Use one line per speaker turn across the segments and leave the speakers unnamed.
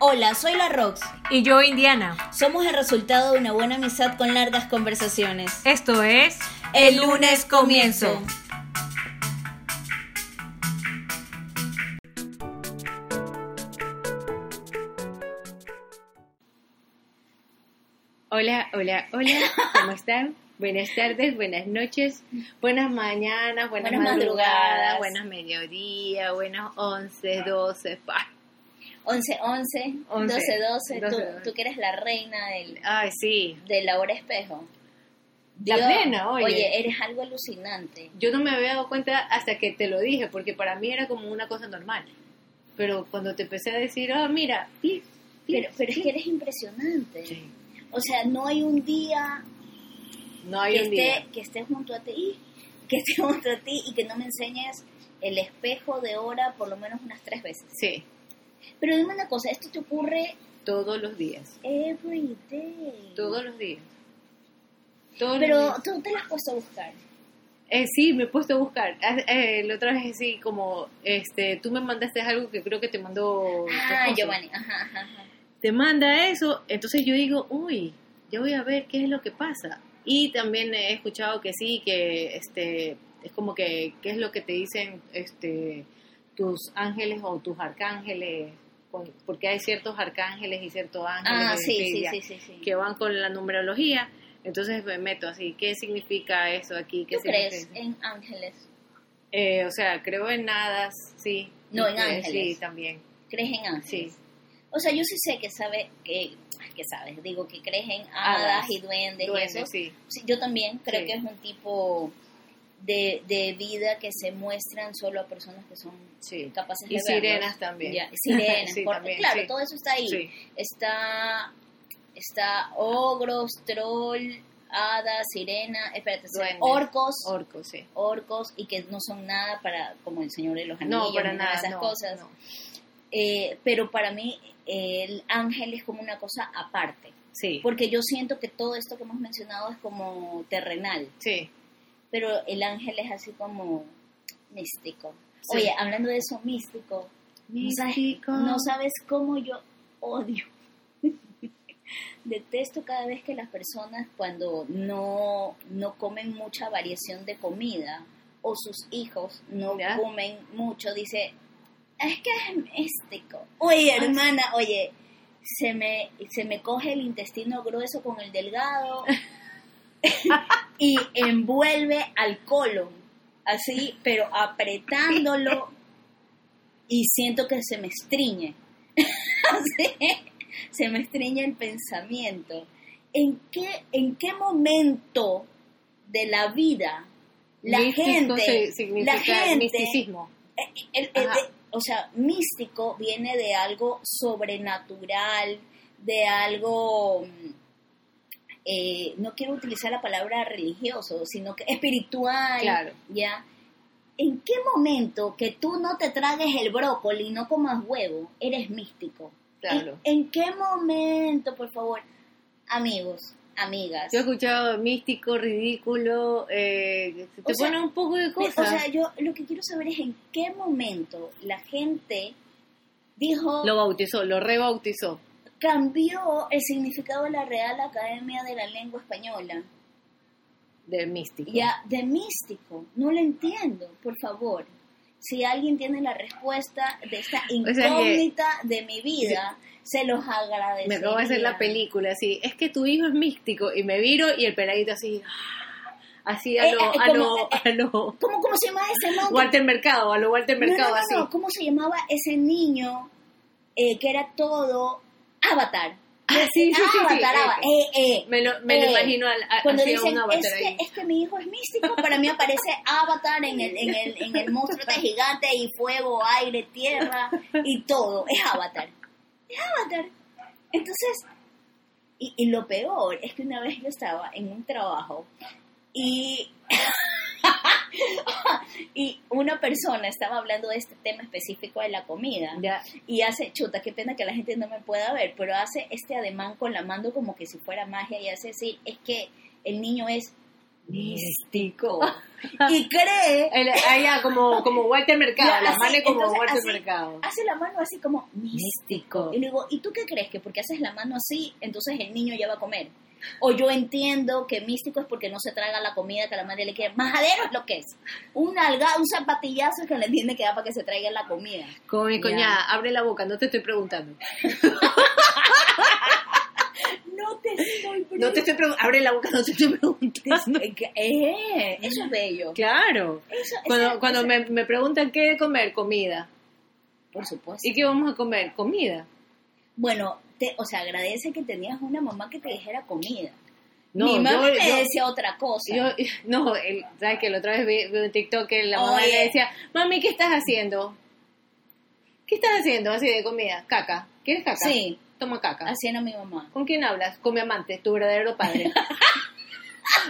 Hola, soy la Rox.
Y yo, Indiana.
Somos el resultado de una buena amistad con largas conversaciones.
Esto es.
El lunes comienzo.
Hola, hola, hola, ¿cómo están? Buenas tardes, buenas noches, buenas mañanas, buenas,
Buenas
madrugadas,
madrugadas.
buenas mediodía, buenos 11, 12, pa.
11, 11,
11,
12, 12.
12,
tú, tú que eres la reina del,
Ay, sí.
de la hora espejo.
La plena, oye.
eres algo alucinante.
Yo no me había dado cuenta hasta que te lo dije, porque para mí era como una cosa normal. Pero cuando te empecé a decir, oh, mira, sí, sí,
Pero, pero es que eres impresionante.
sí.
O sea, no hay un día,
no hay
que,
un día.
esté, que esté junto a ti, que esté junto a ti y que no me enseñes el espejo de hora por lo menos unas tres veces.
Sí,
Pero dime una cosa, esto te ocurre
todos los días,
every day.
todos los días. Todos los días.
Pero tú te las has puesto a buscar.
Eh, sí, me he puesto a buscar. Ah, eh, la otra vez sí, como este, tú me mandaste algo que creo que te mandó. tu
Ah,
esposo.
Giovanni, ajá, ajá, ajá.
Te manda eso, entonces yo digo, uy, yo voy a ver qué es lo que pasa. Y también he escuchado que sí, que este, es como que qué es lo que te dicen este, tus ángeles o tus arcángeles, con- porque hay ciertos arcángeles y ciertos ángeles.
Ah,
de
sí, sí,
Biblia
sí, sí, sí.
Que van con la numerología. Entonces me meto así, ¿qué significa eso aquí? ¿Qué
¿Tú crees
significa?
en ángeles?
Eh, o sea, creo en hadas, sí.
No, en
Eh, Sí,
ángeles.
también.
¿Crees en ángeles?
Sí.
O sea, yo sí sé que sabe que, ay, que sabes, digo que crees en hadas,
Hadas,
y duendes,
Duendes,
y eso.
sí.
Sí, yo también creo
Sí.
que es un tipo de, de vida que se muestran solo a personas que son
Sí.
capaces
Y
de verlos.
sirenas también.
Ya, sirenas,
Sí,
porque,
también,
claro,
sí.
todo eso está ahí.
Sí.
Está está ogros, troll, hadas, sirena, espérate,
Duendes.
orcos,
Orco, sí.
orcos y que no son nada para como el Señor de los Anillos,
No, para
ni nada de
nada.
esas
no,
cosas.
no.
Eh, pero para mí el ángel es como una cosa aparte,
Sí.
porque yo siento que todo esto que hemos mencionado es como terrenal
Sí.
pero el ángel es así como místico.
Sí.
Oye, hablando de eso, místico, no sabes-
Místico.
no sabes cómo yo odio. Detesto cada vez que las personas cuando no, no comen mucha variación de comida o sus hijos no
Ya.
comen mucho, dice, es que es místico. Oye, hermana, oye, se me, se me coge el intestino grueso con el delgado y envuelve al colon, así, pero apretándolo y siento que se me estriñe. Así, se me estriñe el pensamiento. ¿En qué, en qué momento de la vida la
Místico
gente,
se-
la
significa
gente
misticismo.
eh, el- el-
Ajá.
de- o sea, místico viene de algo sobrenatural, de algo, mm, eh, no quiero utilizar la palabra religioso, sino que espiritual,
Claro.
¿ya? ¿En qué momento que tú no te tragues el brócoli y no comas huevo, eres místico?
Claro.
¿En, en qué momento, por favor? Amigos, amigas.
Yo he escuchado místico, ridículo, eh, te
O sea,
ponen un poco de
Me-
cosas.
O sea, yo lo que quiero saber es en qué momento la gente dijo,
lo bautizó, lo rebautizó.
cambió el significado de la Real Academia de la Lengua Española.
De místico.
Ya, de místico, no lo entiendo, por favor. Si alguien tiene la respuesta de esta
que-
incógnita de mi vida, se los agradecería.
Me acabo de hacer la película, así, es que tu hijo es místico, y me viro, y el peladito así, ah, así a
Eh,
lo,
eh,
a
como-
lo, a lo,
¿Cómo, cómo se llama ese man? que-
Walter Mercado, a lo Walter Mercado,
no, no,
así.
no, ¿cómo se llamaba ese niño eh, que era todo Avatar?
Ah, sí, sí, sí, sí,
Avatar,
eh,
Avatar, eh, eh.
Me lo, me lo
Eh,
imagino al, a,
cuando
así a
dicen
un avatar
es
ahí.
que, es que mi hijo es místico, para mí aparece Avatar en el, en el, en el monstruo de gigante y fuego, aire, tierra y todo. Es Avatar. Es Avatar. Entonces, y, y lo peor es que una vez yo estaba en un trabajo y, y una persona estaba hablando de este tema específico de la comida
Ya.
y hace, chuta, qué pena que la gente no me pueda ver, pero hace este ademán con la mano como que si fuera magia y hace decir, es que el niño es
místico.
Y cree,
El- allá, ah, como, como Walter Mercado,
Ya,
la
así,
male como
entonces,
Walter
así.
Mercado.
hace la mano así como "Mis".
Místico.
Y le digo, ¿y tú qué crees? Que porque haces la mano así, entonces el niño ya va a comer. O yo entiendo que místico es porque no se traga la comida que la madre le quiere. Majadero es lo que es. Un alga, un zapatillazo es que le tiene que dar para que se traiga la comida.
Como mi cuñada, abre la boca, no te estoy preguntando.
No te estoy
No te estoy preguntando, abre la boca, no te estoy preguntando.
Eh, eso es bello.
Claro.
Eso,
Cuando,
esa-
cuando
esa-
me, me preguntan qué comer, comida.
Por supuesto.
¿Y qué vamos a comer? Comida.
Bueno, te, o sea, agradece que tenías una mamá que te dijera comida.
No,
Mi mamá
yo-
me
yo-
decía otra cosa.
Yo, no, el- sabes que la otra vez vi, vi un TikTok que la mamá
Oye.
le decía, mami, ¿qué estás haciendo? ¿Qué estás haciendo así de comida? Caca. ¿Quieres caca?
Sí.
Toma caca.
Así era mi mamá.
¿Con quién hablas? Con mi amante, tu verdadero padre.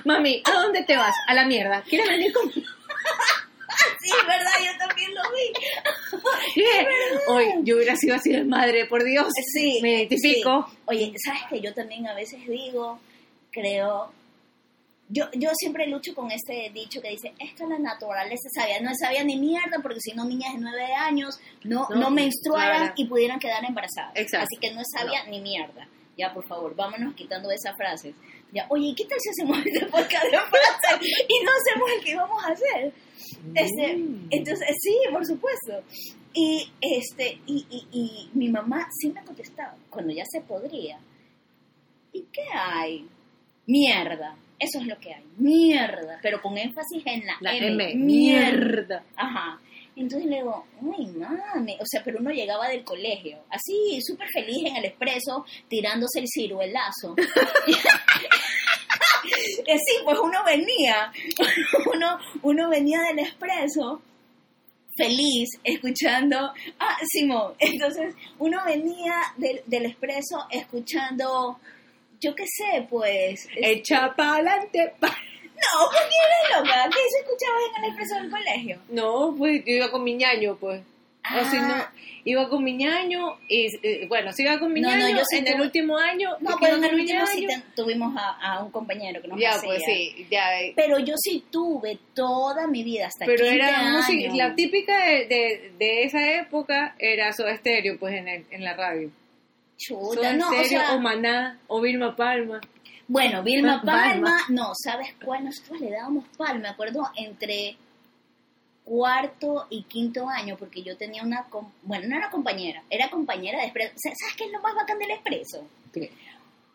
mami, ¿a dónde te vas? A la mierda. ¿Quieres venir conmigo?
Sí, es verdad, yo también lo vi.
Hoy yo hubiera sido así de madre, por Dios.
Sí.
Me identifico.
sí. Oye, ¿sabes que Yo también a veces digo, creo... Yo, yo siempre lucho con este dicho que dice, es que la naturaleza sabía, no es sabía ni mierda, porque si no niñas de nueve años no, no,
No,
menstruaran
claro.
y pudieran quedar embarazadas.
Exacto.
Así que no es sabía ni mierda. Ya, por favor, vámonos quitando esas frases. Ya, oye, ¿y ¿qué tal si hacemos este podcast de frases y no hacemos el que íbamos a hacer? Este, Entonces, sí, por supuesto. Y este, y, y, y mi mamá sí me contestaba, cuando ya se podría. ¿Y qué hay? Mierda. Eso es lo que hay. Mierda. Pero con énfasis en la,
La
M.
M.
Ajá. Entonces le digo, ay, mami. O sea, pero uno llegaba del colegio, así, súper feliz en el expreso, tirándose el ciruelazo. Eh, sí, pues uno venía, uno, uno venía del expreso feliz escuchando, ah, Simón, entonces uno venía del, del expreso escuchando, yo qué sé, pues,
Echa para adelante.
no, porque eres loca, ¿qué se escuchaba en el expreso del colegio?
No, pues yo iba con mi ñaño, pues. O si no,
Ah.
iba con mi ñaño y, eh, bueno, si iba con mi
No, no,
ñaño
yo sí
en
tuve-
el último año.
No,
que
pero
iba
en el
con mi
último sí
ñaño.
ten- tuvimos a, a un compañero que nos
Ya,
hacía.
pues sí, ya. eh.
Pero yo sí tuve toda mi vida hasta
Pero
15
era
años.
música, la típica de, de, de esa época era Soda Stereo, pues en, el- en la radio.
Chuta,
Soda
no, o
Stereo, o,
sea,
Maná, o Vilma Palma.
Bueno, Vilma Palma,
Palma.
no, ¿sabes cuál? Nosotros le dábamos palma, me acuerdo, entre cuarto y quinto año, porque yo tenía una, com- bueno, no era compañera, era compañera de expreso. Sa- ¿Sabes qué es lo más bacán del expreso?
¿Qué?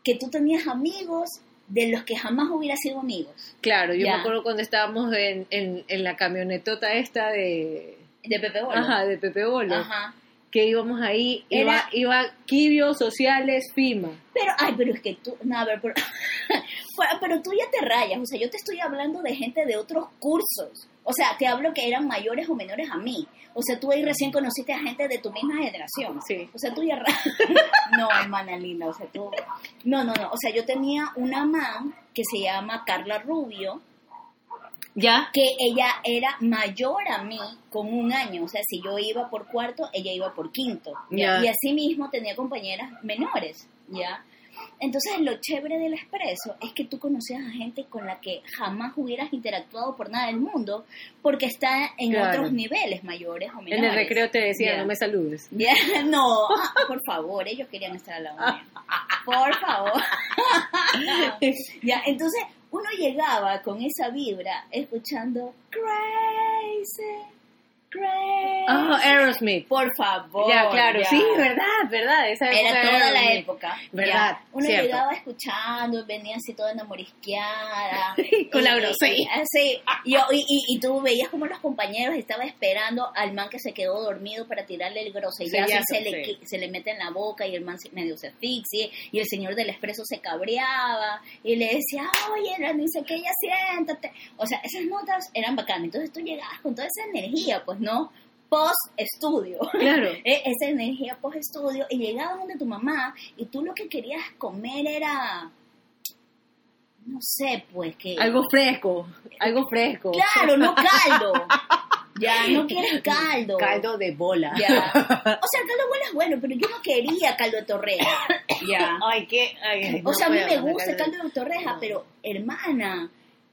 Que tú tenías amigos de los que jamás hubieras sido amigos,
Claro, yo
Ya.
me acuerdo cuando estábamos en, en, en la camionetota esta de...
de Pepe Bolo.
Ajá, de Pepe Bolo.
Ajá.
Que íbamos ahí,
Era-
iba, iba Kibio, Sociales, Fima.
Pero, ay, pero es que tú, no, a ver, pero, pero- pero tú ya te rayas, o sea, yo te estoy hablando de gente de otros cursos, o sea, te hablo que eran mayores o menores a mí, o sea, tú ahí recién conociste a gente de tu misma generación,
Sí.
o sea, tú ya ra- no, hermana linda, o sea, tú, no, no, no, o sea, yo tenía una man que se llama Carla Rubio,
¿Ya?
que ella era mayor a mí con un año, o sea, si yo iba por cuarto, ella iba por quinto, ¿ya?
Ya.
y así mismo tenía compañeras menores, ¿ya? Entonces, lo chévere del expreso es que tú conocías a gente con la que jamás hubieras interactuado por nada del mundo, porque está en
Claro.
otros niveles mayores o menores.
En el recreo te decía,
Ya.
no me saludes.
Ya, No, ah, por favor, ellos querían estar a la una. Por favor. ya, entonces uno llegaba con esa vibra escuchando Crazy, Crazy.
Oh, Aerosmith.
por favor.
ya, claro,
Ah, Oh, ya.
sí, verdad, verdad. Esa época
Era toda la
Aerosmith.
época. ya.
Verdad,
Uno
cierto.
llegaba escuchando, venía así toda enamorisqueada.
Con la
Y-
grosella.
y- ah, Sí, y, y- y- y tú veías como los compañeros estaba esperando al man que se quedó dormido para tirarle el grosellazo y
Sellazo,
se le,
sí.
qui- se le mete en la boca y el man se- medio se asfixie y el señor del expreso se cabreaba y le decía, oye, no dice que ya siéntate. O sea, esas notas eran bacanas. Entonces tú llegabas con toda esa energía, pues no, post estudio.
Claro.
Eh, esa energía post estudio y llegaba donde tu mamá y tú lo que querías comer era no sé pues que
Algo fresco, algo fresco.
claro no caldo ya no quieres caldo
Caldo de bola.
ya o sea el caldo bueno es bueno pero yo no quería caldo de torreja ya
Ay, qué. ay,
o
no
sea a mí
puedo
me
con el
gusta el caldo de torreja
no.
pero hermana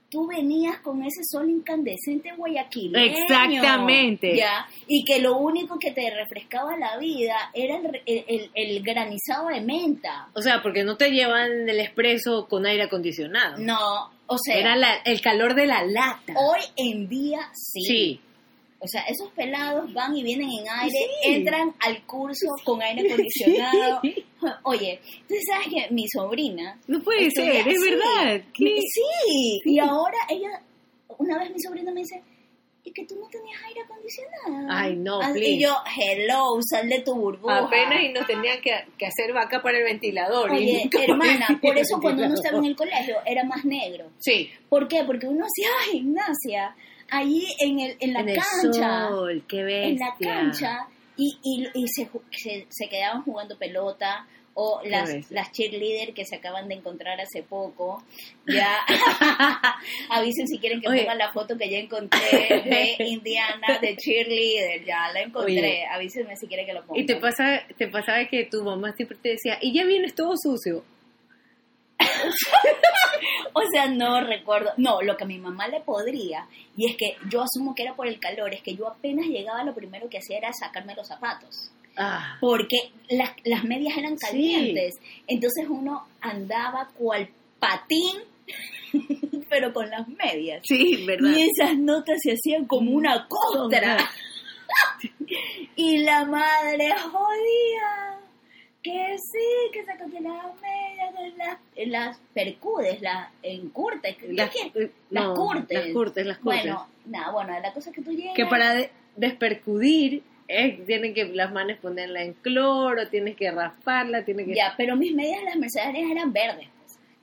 tú venías con ese sol incandescente guayaquileño.
Exactamente.
Ya, y que lo único que te refrescaba la vida era el, re- el- el- el granizado de menta.
O sea, porque no te llevan el expreso con aire acondicionado.
No, o sea,
Era la- el calor de la lata.
hoy en día sí.
Sí.
O sea, esos pelados van y vienen en aire,
Sí.
entran al curso con aire acondicionado. Oye, tú sabes que mi sobrina,
No puede
Estudia
ser, es
así.
verdad. ¿Qué?
Mi- Sí, y ahora ella, una vez mi sobrina me dice, ¿y que tú no tenías aire acondicionado?
Ay, no,
Ah,
please.
Y yo, hello, sal de tu burbuja.
Apenas y nos tenían que, que hacer vaca para el ventilador. y
Oye,
nunca
hermana,
aparecía
por
el
eso cuando uno
ventilador.
estaba en el colegio era más negro.
Sí,
¿Por qué? Porque uno hacía gimnasia allí en, el, en la
en
cancha.
el sol, qué bestia.
en la cancha y, y, y se, ju- se, se quedaban jugando pelota o las,
bestia.
las cheerleader que se acaban de encontrar hace poco. Ya avisen si quieren que
Oye.
pongan la foto que ya encontré de Indiana de cheerleader. Ya la encontré.
Oye.
Avísenme si quieren que lo pongan.
Y te pasa, te pasaba que tu mamá siempre te decía, y ya vienes todo sucio.
O sea, no recuerdo. No, lo que a mi mamá le podría, y es que yo asumo que era por el calor, es que yo apenas llegaba, lo primero que hacía era sacarme los zapatos.
Ah,
porque las, las medias eran
Sí.
calientes. Entonces uno andaba cual patín, pero con las medias.
sí,
Y esas notas se hacían como una costra. Y la madre jodía. Que sí, que se continuaban medias, que las, las percudes, las encurtes. ¿qué-
Las,
qué?
eh,
Las
no,
curtes.
Las curtes, las curtes.
Bueno, nada, bueno, la cosa es que tú llegas.
que para de- despercudir eh, tienen que las manos ponerla en cloro, tienes que rasparla, tienes que...
Ya, pero mis medias, las mercenarias eran verdes.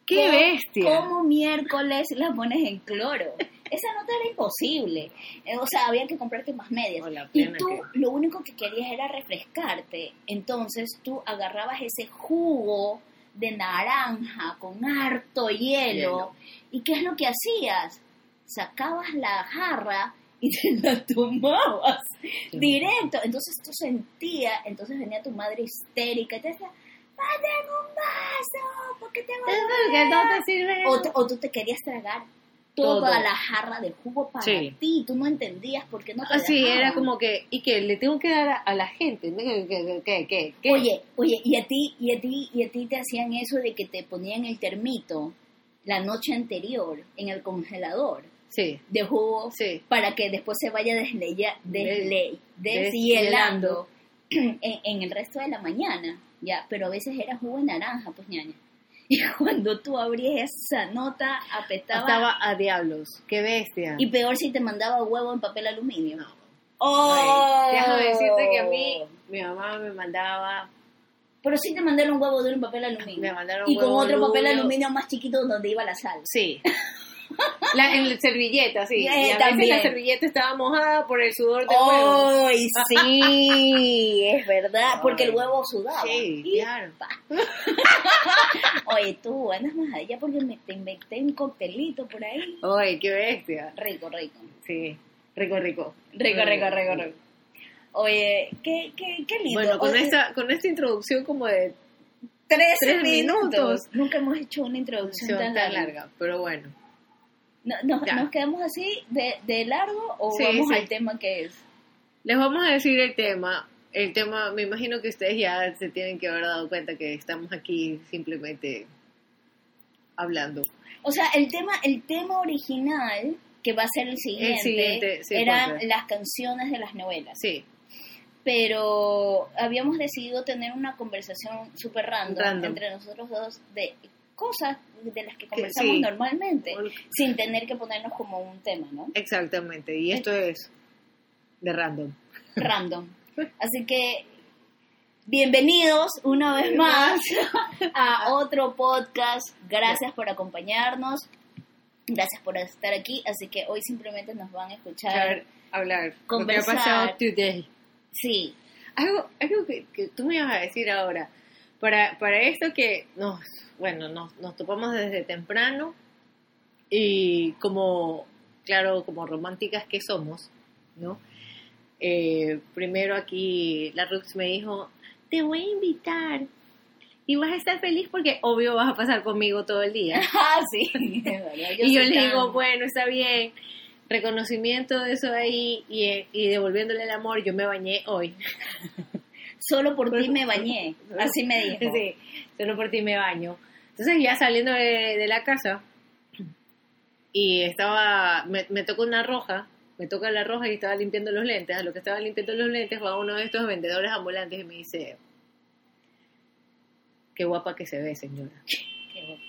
¡Qué
¿Cómo-
bestia!
¿Cómo miércoles las pones en cloro? Esa nota era imposible. Eh, O sea, había que comprarte más medias.
O la
y
plena
tú lo único que querías era refrescarte. Entonces tú agarrabas ese jugo de naranja con harto hielo.
Hielo.
¿Y qué es lo que hacías? Sacabas la jarra y te la tomabas
Sí.
directo. Entonces tú sentías, entonces venía tu madre histérica y te decía, ¡Manden un vaso! porque te voy
Es
a
porque no te sirve.
o, t- o tú te querías tragar toda
Todo.
la jarra de jugo para
Sí.
ti, tú no entendías por qué no te
Así
dejaban.
era como que, y que le tengo que dar a, a la gente, ¿no? ¿Qué, qué, qué, qué, qué?
Oye, oye, y a ti, y a ti, y a ti te hacían eso de que te ponían el termito la noche anterior en el congelador
Sí,
de jugo
sí.
para que después se vaya desleya- desle- deshielando
deshielando.
en, en el resto de la mañana, ya, pero a veces era jugo de naranja, pues ñaña. Y cuando tú abrías esa nota, apestaba
Estaba a diablos. ¡Qué bestia!
Y peor si te mandaba huevo en papel aluminio.
No.
¡Oh!
Ay, Déjame decirte que a mí, mi mamá me mandaba...
Pero sí te mandaron un huevo duro en papel aluminio.
Me mandaron
y con
huevo
otro papel
duro.
aluminio más chiquito donde iba la sal.
Sí. La, en la servilleta, sí.
Eh,
Y a veces
también.
la servilleta estaba mojada por el sudor del huevo.
¡Ay, sí! es verdad, porque el huevo sudaba.
Sí,
Y-
claro.
Oye, tú andas más allá porque me te inventé un coctelito por ahí.
¡Ay, qué bestia!
Rico, rico.
Sí. Rico, rico.
Rico, rico, rico, rico. Oye, qué, qué, qué lindo.
Bueno, con
Oye,
esta, con esta introducción como de
tres,
tres
minutos.
minutos.
Nunca hemos hecho una introducción
opción
tan, larga.
pero bueno.
No, no-
Ya.
¿Nos quedamos así de, de largo o
Sí,
vamos
sí.
al tema que es?
Les vamos a decir el tema. El tema, me imagino que ustedes ya se tienen que haber dado cuenta que estamos aquí simplemente hablando.
O sea, el tema, el tema original que va a ser el siguiente,
siguiente, sí,
eran
porque-
las canciones de las novelas.
Sí,
Pero habíamos decidido tener una conversación súper random,
Random.
entre nosotros dos de cosas de las que conversamos
sí.
normalmente,
Ol-
sin tener que ponernos como un tema, ¿no?
exactamente. Y esto es de random.
Random. Así que bienvenidos una vez más a otro podcast. Gracias por acompañarnos. Gracias por estar aquí. Así que hoy simplemente nos van a escuchar.
Hablar, hablar.
Conversar.
Lo que ha pasado today.
Sí,
Algo, algo que, que tú me ibas a decir ahora. Para, para esto que nos, bueno, nos, nos topamos desde temprano y como, claro, como románticas que somos, ¿no? Eh, primero aquí la Rux me dijo, te voy a invitar y vas a estar feliz porque obvio vas a pasar conmigo todo el día.
Ah, sí. de verdad,
y yo
soy
le
tan-
digo, bueno, está bien, reconocimiento de eso ahí y, eh, y devolviéndole el amor, yo me bañé hoy.
Solo por ti me bañé. Así me dijo.
Sí, solo por ti me baño. Entonces ya saliendo de, de la casa y estaba, me, me tocó una roja, me toca la roja y estaba limpiando los lentes. A lo que estaba limpiando los lentes va uno de estos vendedores ambulantes y me dice, qué guapa que se ve señora,
Qué bueno.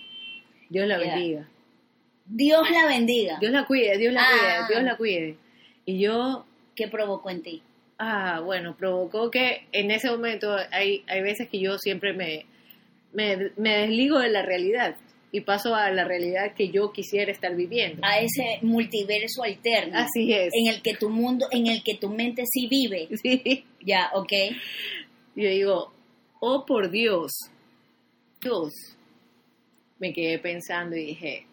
Dios la
Ya.
bendiga.
Dios la bendiga.
Dios la cuide, Dios la
Ah.
cuide, Dios la cuide. Y yo,
¿Qué provocó en ti?
ah, bueno, provocó que en ese momento hay, hay veces que yo siempre me, me, me desligo de la realidad y paso a la realidad que yo quisiera estar viviendo.
A ese multiverso alterno.
Así es.
En el que tu mundo, en el que tu mente sí vive.
Sí.
Ya, ok.
Yo digo, oh por Dios, Dios. Me quedé pensando y dije,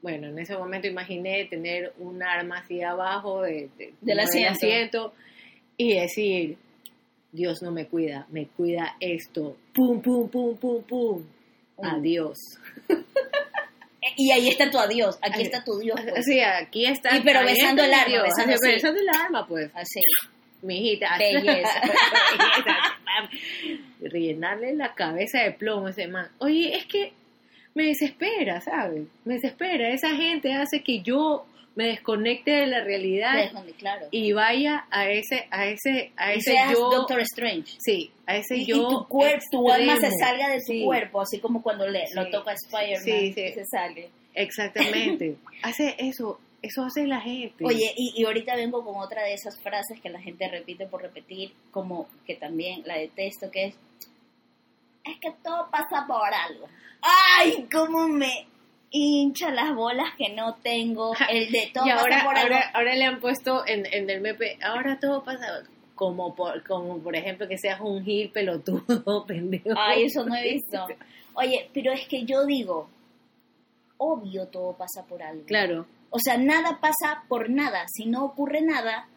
bueno, en ese momento imaginé tener un arma así abajo de, de-
Del
como
asiento.
asiento y decir, Dios no me cuida, me cuida esto. Pum, pum, pum, pum, pum.
Mm.
Adiós.
Eh, Y ahí está tu adiós. Aquí
Ay,
está tu Dios. pues.
Así, aquí está.
Y pero
ahí está
besando el
mi
arma,
Dios.
besando
Así,
así.
besando el arma, pues.
Así.
Mi hijita.
Belleza.
Rellenarle la cabeza de plomo a ese man. Oye, es que me desespera, ¿sabes? Me desespera. Esa gente hace que yo me desconecte de la realidad
Pues, donde, claro. Y,
y vaya a ese, a ese, a ese
seas
yo.
Doctor Strange.
Sí, a ese
Y, y
yo.
tu, cuerpo, tu alma se
extremo.
salga de tu
Sí,
cuerpo, así como cuando le, lo
Sí.
toca Spider-Man.
Sí, sí.
Se sale.
Exactamente. hace eso. Eso hace la gente.
Oye, y, y ahorita vengo con otra de esas frases que la gente repite por repetir, como que también la detesto, que es, es que todo pasa por algo. Ay, cómo me hincha las bolas que no tengo, el de todo
y
pasa
ahora,
por
ahora,
algo.
ahora le han puesto en, en el mepe, ahora todo pasa como por, como por ejemplo que seas un gil pelotudo, pendejo.
Ay, eso no he visto. Oye, pero es que yo digo, obvio todo pasa por algo.
Claro,
O sea, nada pasa por nada. Si no ocurre nada,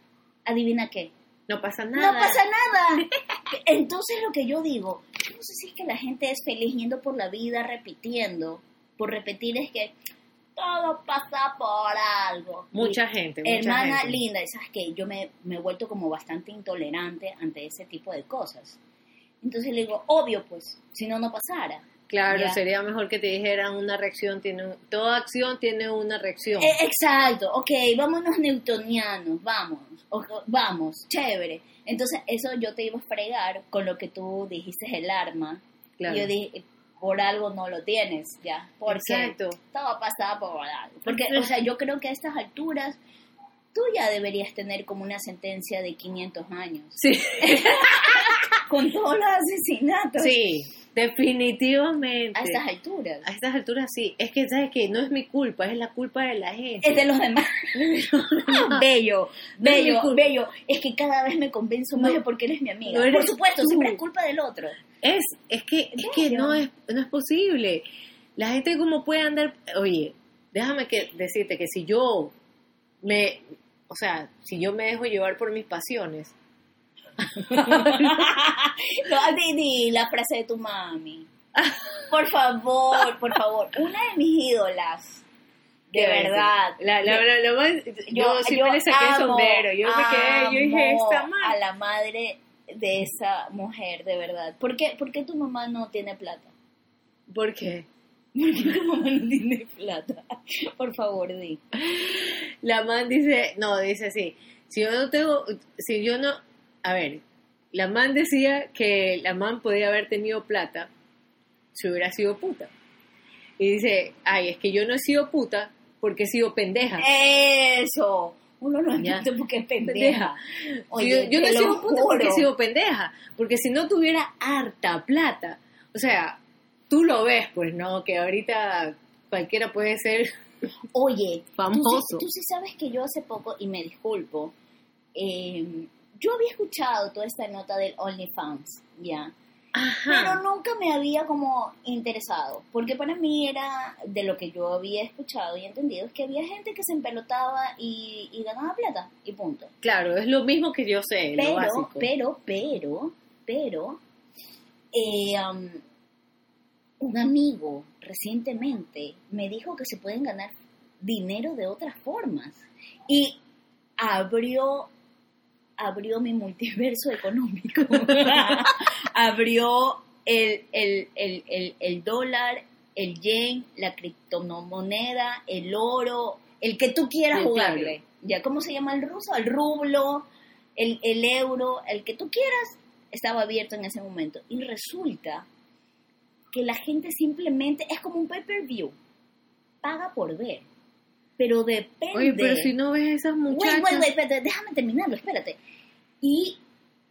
adivina qué.
no pasa nada.
No pasa nada. Entonces lo que yo digo, yo no sé si es que la gente es feliz yendo por la vida repitiendo, por repetir es que todo pasa por algo.
Mucha gente, mucha
Hermana
gente.
linda, y sabes que yo me, me he vuelto como bastante intolerante ante ese tipo de cosas. Entonces le digo, obvio pues, si no, no pasara.
Claro,
Ya.
sería mejor que te dijeran una reacción, tiene un- toda acción tiene una reacción.
Eh, exacto, ok, vámonos newtonianos, vamos, o- vamos, chévere. Entonces, eso yo te iba a fregar con lo que tú dijiste el arma.
Claro.
Y yo dije, por algo no lo tienes, ya. Porque
Exacto.
todo pasaba por algo. Porque, o sea, yo creo que a estas alturas tú ya deberías tener como una sentencia de 500 años.
Sí,
Con todos los asesinatos.
sí, definitivamente.
A estas alturas.
A estas alturas sí, es que sabes que no es mi culpa, es la culpa de la gente.
Es de los demás. bello,
No es mi
bello,
culpa.
bello. Es que cada vez me convenzo más
No.
de por qué eres mi amiga.
No eres
por supuesto,
tú.
siempre es culpa del otro.
Es, es que, es que
Bello.
no es, no es posible. La gente como puede andar, oye, déjame que decirte que si yo me, o sea, si yo me dejo llevar por mis pasiones,
No, di, di la frase de tu mami. Por favor, por favor. Una de mis ídolas. De
¿qué va a decir?
verdad.
La, la,
De-
la- lo más- yo, siempre le saqué el
amo,
sombrero, yo me quedé, yo dije,
amo
esta
A
mal.
la madre de esa mujer, de verdad. ¿Por qué, por qué tu mamá no tiene plata?
¿Por qué?
¿Por qué tu mamá no tiene plata? Por favor, di.
La man dice, no, dice así, si yo no tengo, si yo no, a ver, la man decía que la man podía haber tenido plata si hubiera sido puta. Y dice, ay, es que yo no he sido puta porque he sido pendeja.
Eh, Eso. Uno no
Ah. Ya.
entiende porque es pendeja.
pendeja.
Oye,
yo yo no
te
he
lo
sido puta porque he
juro.
sido pendeja. Porque si no tuviera harta plata, o sea, tú lo ves, pues, ¿no? Que ahorita cualquiera puede ser
Oye, Tú sí,
famoso.
tú sí sabes que yo hace poco, y me disculpo, eh, yo había escuchado toda esta nota del OnlyFans, ¿ya? Pero
Ajá.
nunca me había como interesado, porque para mí era, de lo que yo había escuchado y entendido, es que había gente que se empelotaba y, y ganaba plata, y punto.
Claro, es lo mismo que yo sé, lo
Pero,
básico.
pero, pero, pero, eh, um, un amigo recientemente me dijo que se pueden ganar dinero de otras formas y abrió abrió mi multiverso económico abrió el, el, el, el, el dólar el yen la criptomoneda el oro el que tú quieras
Sí, claro.
jugarle ya cómo se llama el ruso el rublo el, el euro el que tú quieras estaba abierto en ese momento y resulta que la gente simplemente es como un pay-per-view paga por ver pero depende
Oye, pero si no ves a esas
Wait,
muchachas.
wait, wait, espérate, déjame terminarlo, espérate. Y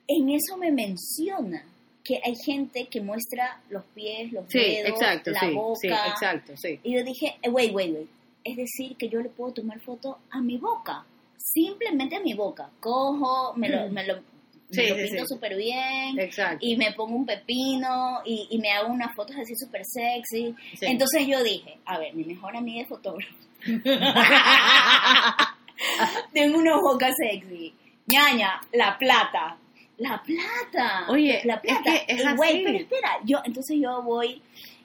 en eso me menciona que hay gente que muestra los pies, los
sí,
dedos,
exacto,
la
sí,
boca.
sí, exacto, sí.
Y yo dije, eh, wait, wait, wait. Es decir, que yo le puedo tomar foto a mi boca, simplemente a mi boca. Cojo, me lo, me lo,
Mm. Sí,
me lo
sí,
pinto
sí.
súper bien.
Exacto.
Y me pongo un pepino y, y me hago unas fotos así súper sexy.
Sí.
Entonces yo dije, a ver, mi mejor amiga es fotógrafa. Tengo una boca sexy. Ñaña, la plata. La plata.
Oye,
la plata.
es que es
Y, güey,
así.
pero espera, yo, entonces yo voy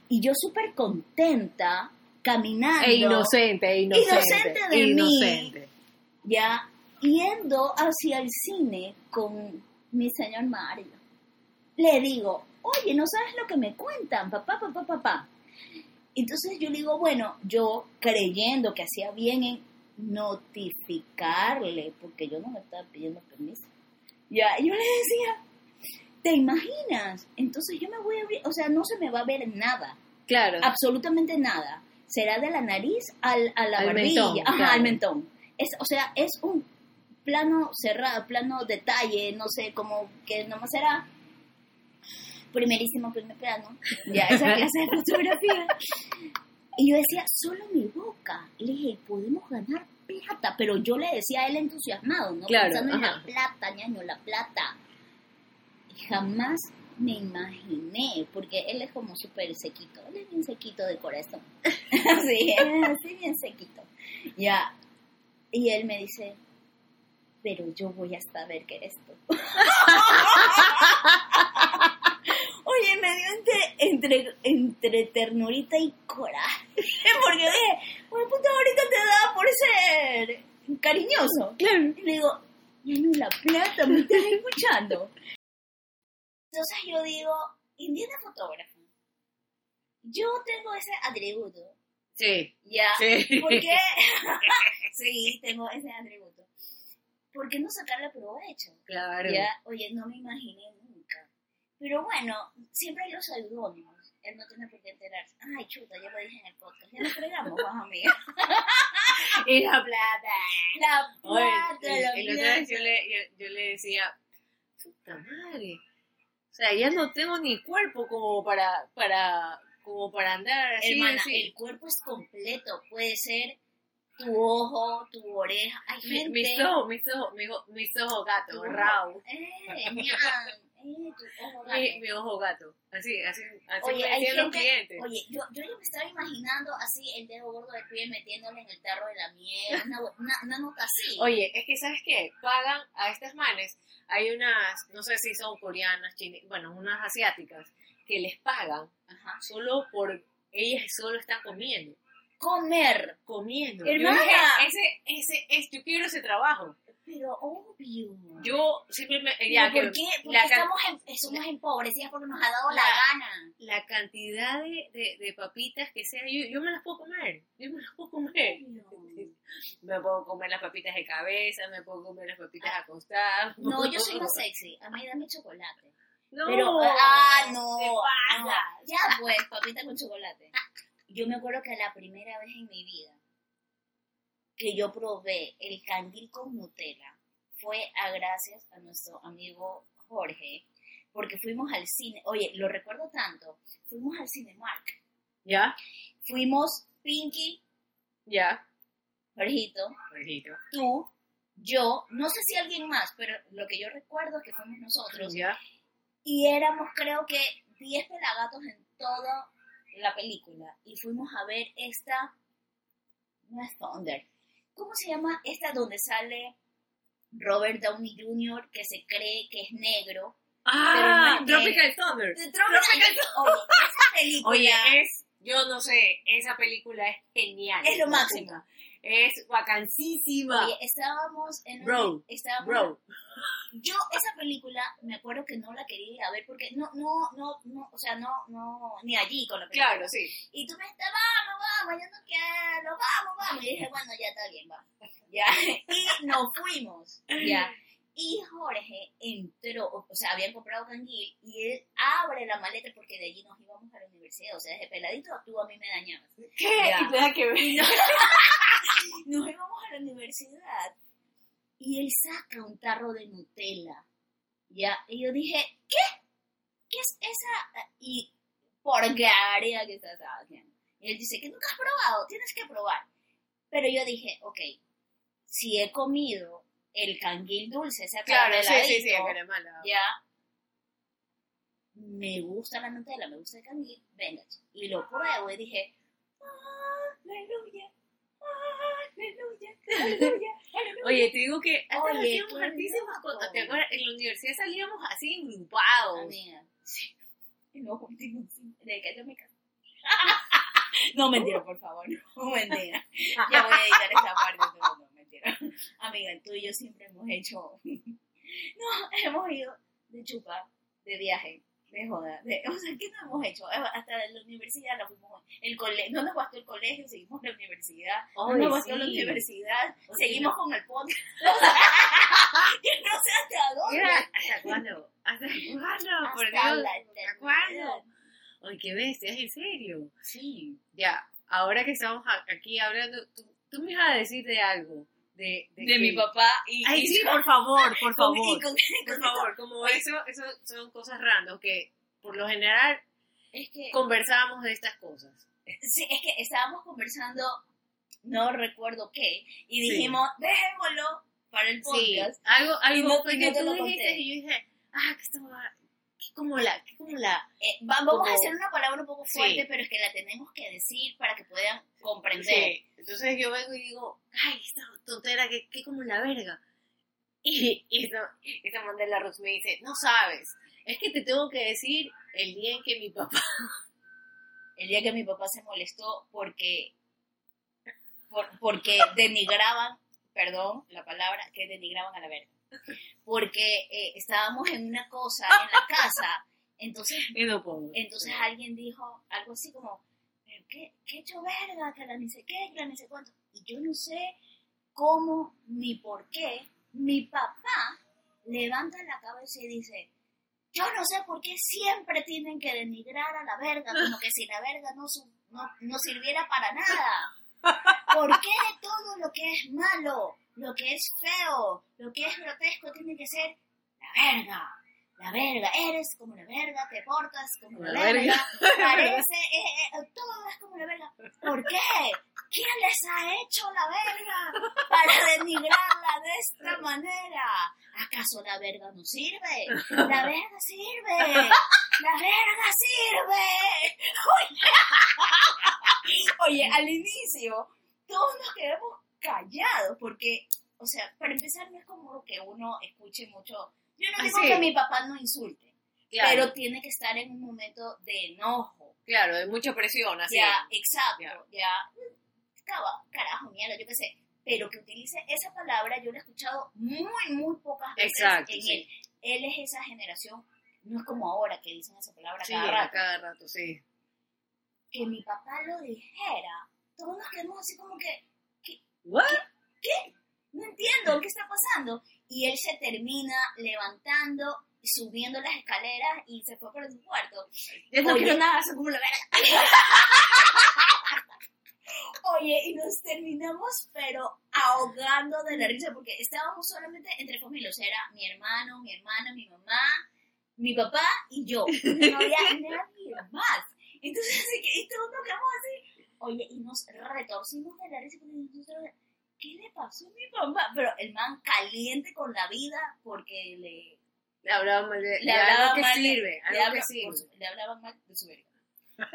y yo súper contenta caminando.
E inocente, e inocente.
Inocente de mí.
inocente.
Ya, yendo hacia el cine con mi señor Mario. Le digo, oye, no sabes lo que me cuentan, papá, papá, papá. Entonces yo le digo, bueno, yo creyendo que hacía bien en notificarle, porque yo no me estaba pidiendo permiso. Ya, yo le decía, ¿te imaginas? Entonces yo me voy a abrir, o sea, no se me va a ver nada,
Claro.
absolutamente nada. Será de la nariz al, a la
Al
barbilla,
mentón,
ajá,
claro.
al mentón. Es, o sea, es un plano cerrado, plano detalle, no sé, como que nomás será primerísimo primer plano, ya esa clase de fotografía. Y yo decía, solo mi boca. Le dije, podemos ganar plata, pero yo le decía a él entusiasmado, ¿no?
Claro,
Pensando en la
ajá.
plata, ñaño, la plata. Y jamás me imaginé, porque él es como súper sequito, él es bien sequito de corazón. así, así bien sequito. Ya. Y él me dice, pero yo voy a saber que eres tú. Oye, me dio entre, entre, entre ternurita y coraje, porque dije, bueno, puta, ahorita te da por ser cariñoso.
Claro.
Y le digo, ya no la plata, me estás escuchando. Entonces yo digo, Indiana fotógrafa, yo tengo ese atributo,
Sí.
ya,
Sí.
¿Por qué? sí, tengo ese atributo. ¿Por qué no sacarle provecho?
Claro.
Ya, oye, no me imaginé nunca. Pero bueno, siempre hay los seudónimos. Él no tiene por qué enterarse. Ay, chuta, ya lo dije en el podcast. Ya lo fregamos, vamos, amiga.
Y la plata.
La
Oye,
plata,
el-
la
el otra
plata.
vez yo le, yo, yo le decía, puta madre. O sea, ya no tengo ni cuerpo como para, para, como para andar así.
Hermana,
así.
el cuerpo es completo. Puede ser tu ojo, tu oreja. Hay
Mi-
gente...
mis ojos, mis ojos, mi ojo- mis ojos gato, rau.
Eh, ñan, eh, tu ojo gato.
Mi, mi ojo gato. Así, así, así
Oye,
me
hay
decían los
gente-
clientes.
Oye, yo, yo ya me estaba imaginando así el dedo gordo del pie metiéndole en el tarro de la miel, una, una, una nota así.
Oye, es que ¿sabes qué? Pagan a estas manes, hay unas, no sé si son coreanas, chinas, bueno, unas asiáticas, que les pagan
Ajá.
solo por, ellas solo están comiendo.
Comer.
comiendo.
Hermana.
Yo dije, ese, ese, es, yo quiero ese trabajo.
Pero obvio.
Yo simplemente, eh,
Pero
ya,
¿Por
que
qué? Porque
la, can-
estamos, en- somos empobrecidas porque nos ha dado la,
La-
gana.
la cantidad de, de, de papitas que sea, yo, yo me las puedo comer, yo me las puedo comer.
Obvio.
Me puedo comer las papitas de cabeza, me puedo comer las papitas acostadas.
No, yo soy más sexy. A mí dame chocolate.
No,
Pero, ah, no.
¿qué
no.
pasa?
Ya pues, papita con chocolate. Yo me acuerdo que la primera vez en mi vida que yo probé el candil con Nutella fue a gracias a nuestro amigo Jorge, porque fuimos al cine. Oye, lo recuerdo tanto. Fuimos al Cinemark.
Ya,
Fuimos Pinky,
ya.
Jorgito,
Pobrecito.
tú, yo, no sé si alguien más, pero lo que yo recuerdo es que fuimos nosotros.
Ya.
y éramos creo que 10 pelagatos en toda la película y fuimos a ver esta no es Thunder ¿cómo se llama esta donde sale Robert Downey Jr. que se cree que es negro
Ah,
no es que-
Tropical Thunder.
Oye, esa película
Oye, es, yo no sé, esa película es genial.
es lo máximo.
Es guacancísima.
Oye, estábamos en un-
Bro,
estábamos-
Bro,
Yo esa película me acuerdo que no la quería ir a ver porque no, no, no, no, o sea, no, no, ni allí con la película.
Claro, sí.
Y tú me estás, vamos, vamos, yo no quiero, vamos, vamos. Y dije, bueno, ya está bien, vamos. Ya. Y nos fuimos. Ya. Y Jorge entró, o o sea, habían comprado canguil y él abre la maleta porque de allí nos íbamos a la universidad. O sea, desde peladito tú a mí me dañabas.
¿Qué?
Ya.
Y nada que ver.
Y no- nos íbamos a la universidad y él saca un tarro de Nutella. Ya, y yo dije, ¿qué? ¿Qué es esa eh, y porquería que estás haciendo? Y él dice, que nunca has probado, tienes que probar. Pero yo dije, ok, si he comido el canguil dulce, ese
claro, sí,
carameladito,
sí, sí, en Guatemala.
ya, me gusta la Nutella, me gusta el canguil, venga. Y lo pruebo y dije, "Ah, aleluya, ah, aleluya, aleluya, aleluya.
Oye, te digo que antes
Oye,
hacíamos
qué
artísimos
loco.
con- ¿te acuerdas? En la universidad salíamos así engrupados.
Amiga, sí. En los últimos cinco- de que yo me casé. No, mentira, por favor, no, mentira. Ya voy a editar esa parte, no, no, mentira. Amiga, tú y yo siempre hemos hecho, no, hemos ido de chupa, de viaje, de joda, de- o sea, ¿qué no hemos hecho? Eh, Hasta la universidad, la fuimos, el colegio, no nos bastó el colegio, seguimos la universidad, no
Ay,
nos bastó la
sí.
universidad,
Oye,
seguimos con el podcast. que no sé hasta dónde.
Mira, ¿Hasta cuándo? ¿Hasta cuándo? Por
Hasta
Dios.
la
¿Hasta cuándo?
eternidad.
Ay, qué bestia, ¿es en serio?
Sí.
Ya, ahora que estamos a- aquí hablando, tú, tú me ibas a decir de algo. De, de
De
que-
mi papá y,
Ay,
y-
sí, por favor, por
Con-
favor.
y con-
Por favor, como eso, eso son cosas random que por lo general
es, que,
conversábamos de estas cosas.
sí, es que estábamos conversando, no recuerdo qué, y dijimos, dejémoslo para el
Sí,
podcast.
algo, algo
no-
fue
y
que
no te
tú
lo
dijiste
conté.
y yo dije, ah, que esto va, que como la, que como la,
Eh, va- vamos
Como-
a hacer una palabra un poco
Sí.
fuerte, pero es que la tenemos que decir para que puedan comprender.
Sí. Entonces yo vengo y digo, ay, esta tontera, que, que como la verga. Y, y esta, esta Mandela Rose me dice, no sabes, es que te tengo que decir el día en que mi papá...
El día que mi papá se molestó porque, por- porque denigraban, perdón la palabra, que denigraban a la verga. Porque eh, estábamos en una cosa en la casa, entonces
Y no puedo.
Entonces alguien dijo algo así como, pero qué, qué hecho verga, que la ni sé qué, que la ni sé cuánto. Y yo no sé cómo ni por qué mi papá levanta la cabeza y dice, yo no sé por qué siempre tienen que denigrar a la verga, como que si la verga no, su- no, no sirviera para nada. ¿Por qué todo lo que es malo, lo que es feo, lo que es grotesco tiene que ser la verga? La verga, eres como la verga, te portas como la,
La
verga,
verga.
parece, eh, eh, todo es como la verga. ¿Por qué? ¿Quién les ha hecho la verga para denigrarla de esta manera? ¿Acaso la verga no sirve? La verga sirve. La verga sirve. Oye, oye, al inicio todos nos quedamos callados porque, o sea, para empezar no es como que uno escuche mucho. Yo no
Ah,
digo
sí.
que mi papá no insulte,
Claro,
pero tiene que estar en un momento de enojo.
claro, de mucha presión, así.
Ya, exacto,
Ya.
ya. Caba- carajo, mierda, yo qué sé. Pero que utilice esa palabra, yo la he escuchado muy, muy pocas veces
Exacto,
en
sí.
él. Él es esa generación, no es como ahora que dicen esa palabra
Sí,
cada
a
rato.
cada rato, sí.
Que mi papá lo dijera, todos nos quedamos así como que,
¿What?
no entiendo qué está pasando. Y él se termina levantando, subiendo las escaleras y se fue por su cuarto.
Yo no
Oye.
quiero nada, son como la verga.
Oye, y nos terminamos, pero ahogando de la risa, porque estábamos solamente entre familias. O sea, era mi hermano, mi hermana, mi mamá, mi papá y yo. No había nadie más. Entonces, así que, y todos nos quedamos así. Oye, y nos retorcimos de la risa, porque nosotros, ¿qué le pasó a mi papá? Pero el man caliente con la vida, porque le,
Le hablaba mal de,
Le
de
hablaba
algo que
mal de-
sirve,
le,
algo
habla-
que sirve.
por su- le hablaban mal de su verga.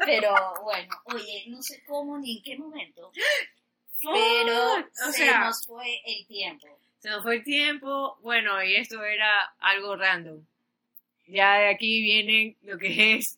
Pero bueno, oye, no sé cómo ni en qué momento, pero
o
se
sea-
nos fue el tiempo.
Se nos fue el tiempo, bueno, y esto era algo random. Ya de aquí vienen lo que es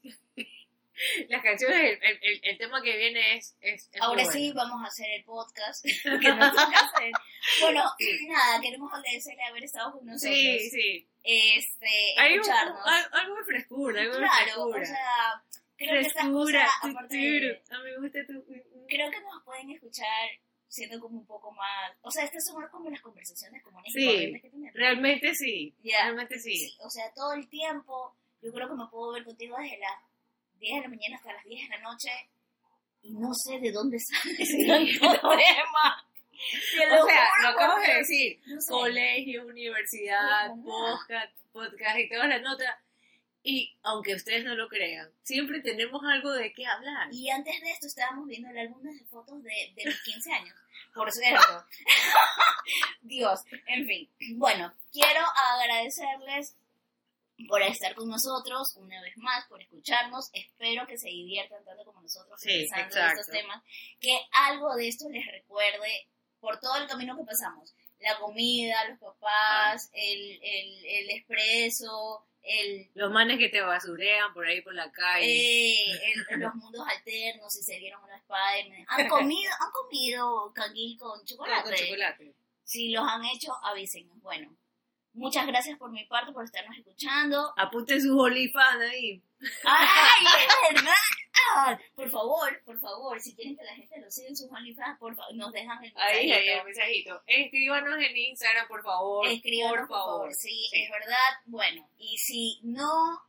Las canciones, el, el- el- el tema que viene es. es- es
Ahora
muy
sí, vamos a hacer el podcast. que nos toca hacer. Bueno, nada, queremos agradecerle haber estado con
bueno.
nosotros.
Sí, sí.
Este,
Hay un-
escucharnos.
al- algo de frescura, algo de
claro,
frescura.
o sea, creo que estas
frescura,
cosas,
tu-
aparte de-
tu- a mí me gusta tu.
creo que nos pueden escuchar siendo como un poco más, o sea, este estas son como las conversaciones comunes
Sí.
y corrientes que tenemos.
Realmente sí.
Ya.
Realmente sí.
Sí, o sea, todo el tiempo, yo creo que me puedo ver contigo desde las 10 de la mañana hasta las 10 de la noche y no sé de dónde sale tanto tema. Te lo
O sea,
juro
lo acabas
por
de
Dios.
decir.
No sé.
Colegio, universidad,
Ujú.
podcast, podcast y todas las notas. Y aunque ustedes no lo crean, siempre tenemos algo de qué hablar.
Y antes de esto estábamos viendo el álbum de fotos de, de mis 15 años. Por cierto. Dios, en fin. Bueno, quiero agradecerles por estar con nosotros una vez más, por escucharnos. Espero que se diviertan tanto como nosotros
Sí,
pensando
exacto.
estos temas. Que algo de esto les recuerde por todo el camino que pasamos. La comida, los papás, el, el, el expreso, el
Los manes que te basurean por ahí por la calle.
eh, el- los mundos alternos, si se dieron unos Spider-Man. ¿Han comido, han comido canguil con chocolate?
Todo con chocolate.
Si los han hecho, avísenos. Bueno, muchas gracias por mi parte, por estarnos escuchando.
Apunten sus olifan ahí.
¡Ay, es verdad! Por favor, por favor, si quieren que la gente lo siga en sus OnlyFans, por favor, nos dejan el
Ahí, ahí,
mensajito.
el mensajito. Escríbanos en Instagram, por favor.
Escríbanos, por favor. Sí, es verdad. Bueno, y si no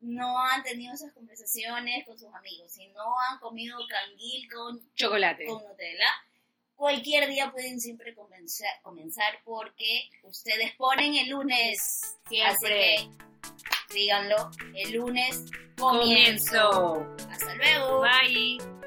no han tenido esas conversaciones con sus amigos, si no han comido canguil con
Chocolate.
con Nutella. Cualquier día pueden siempre comenzar, comenzar porque ustedes ponen el lunes.
Siempre.
Así que díganlo, el lunes comienzo.
Comienzo.
Hasta luego.
Bye.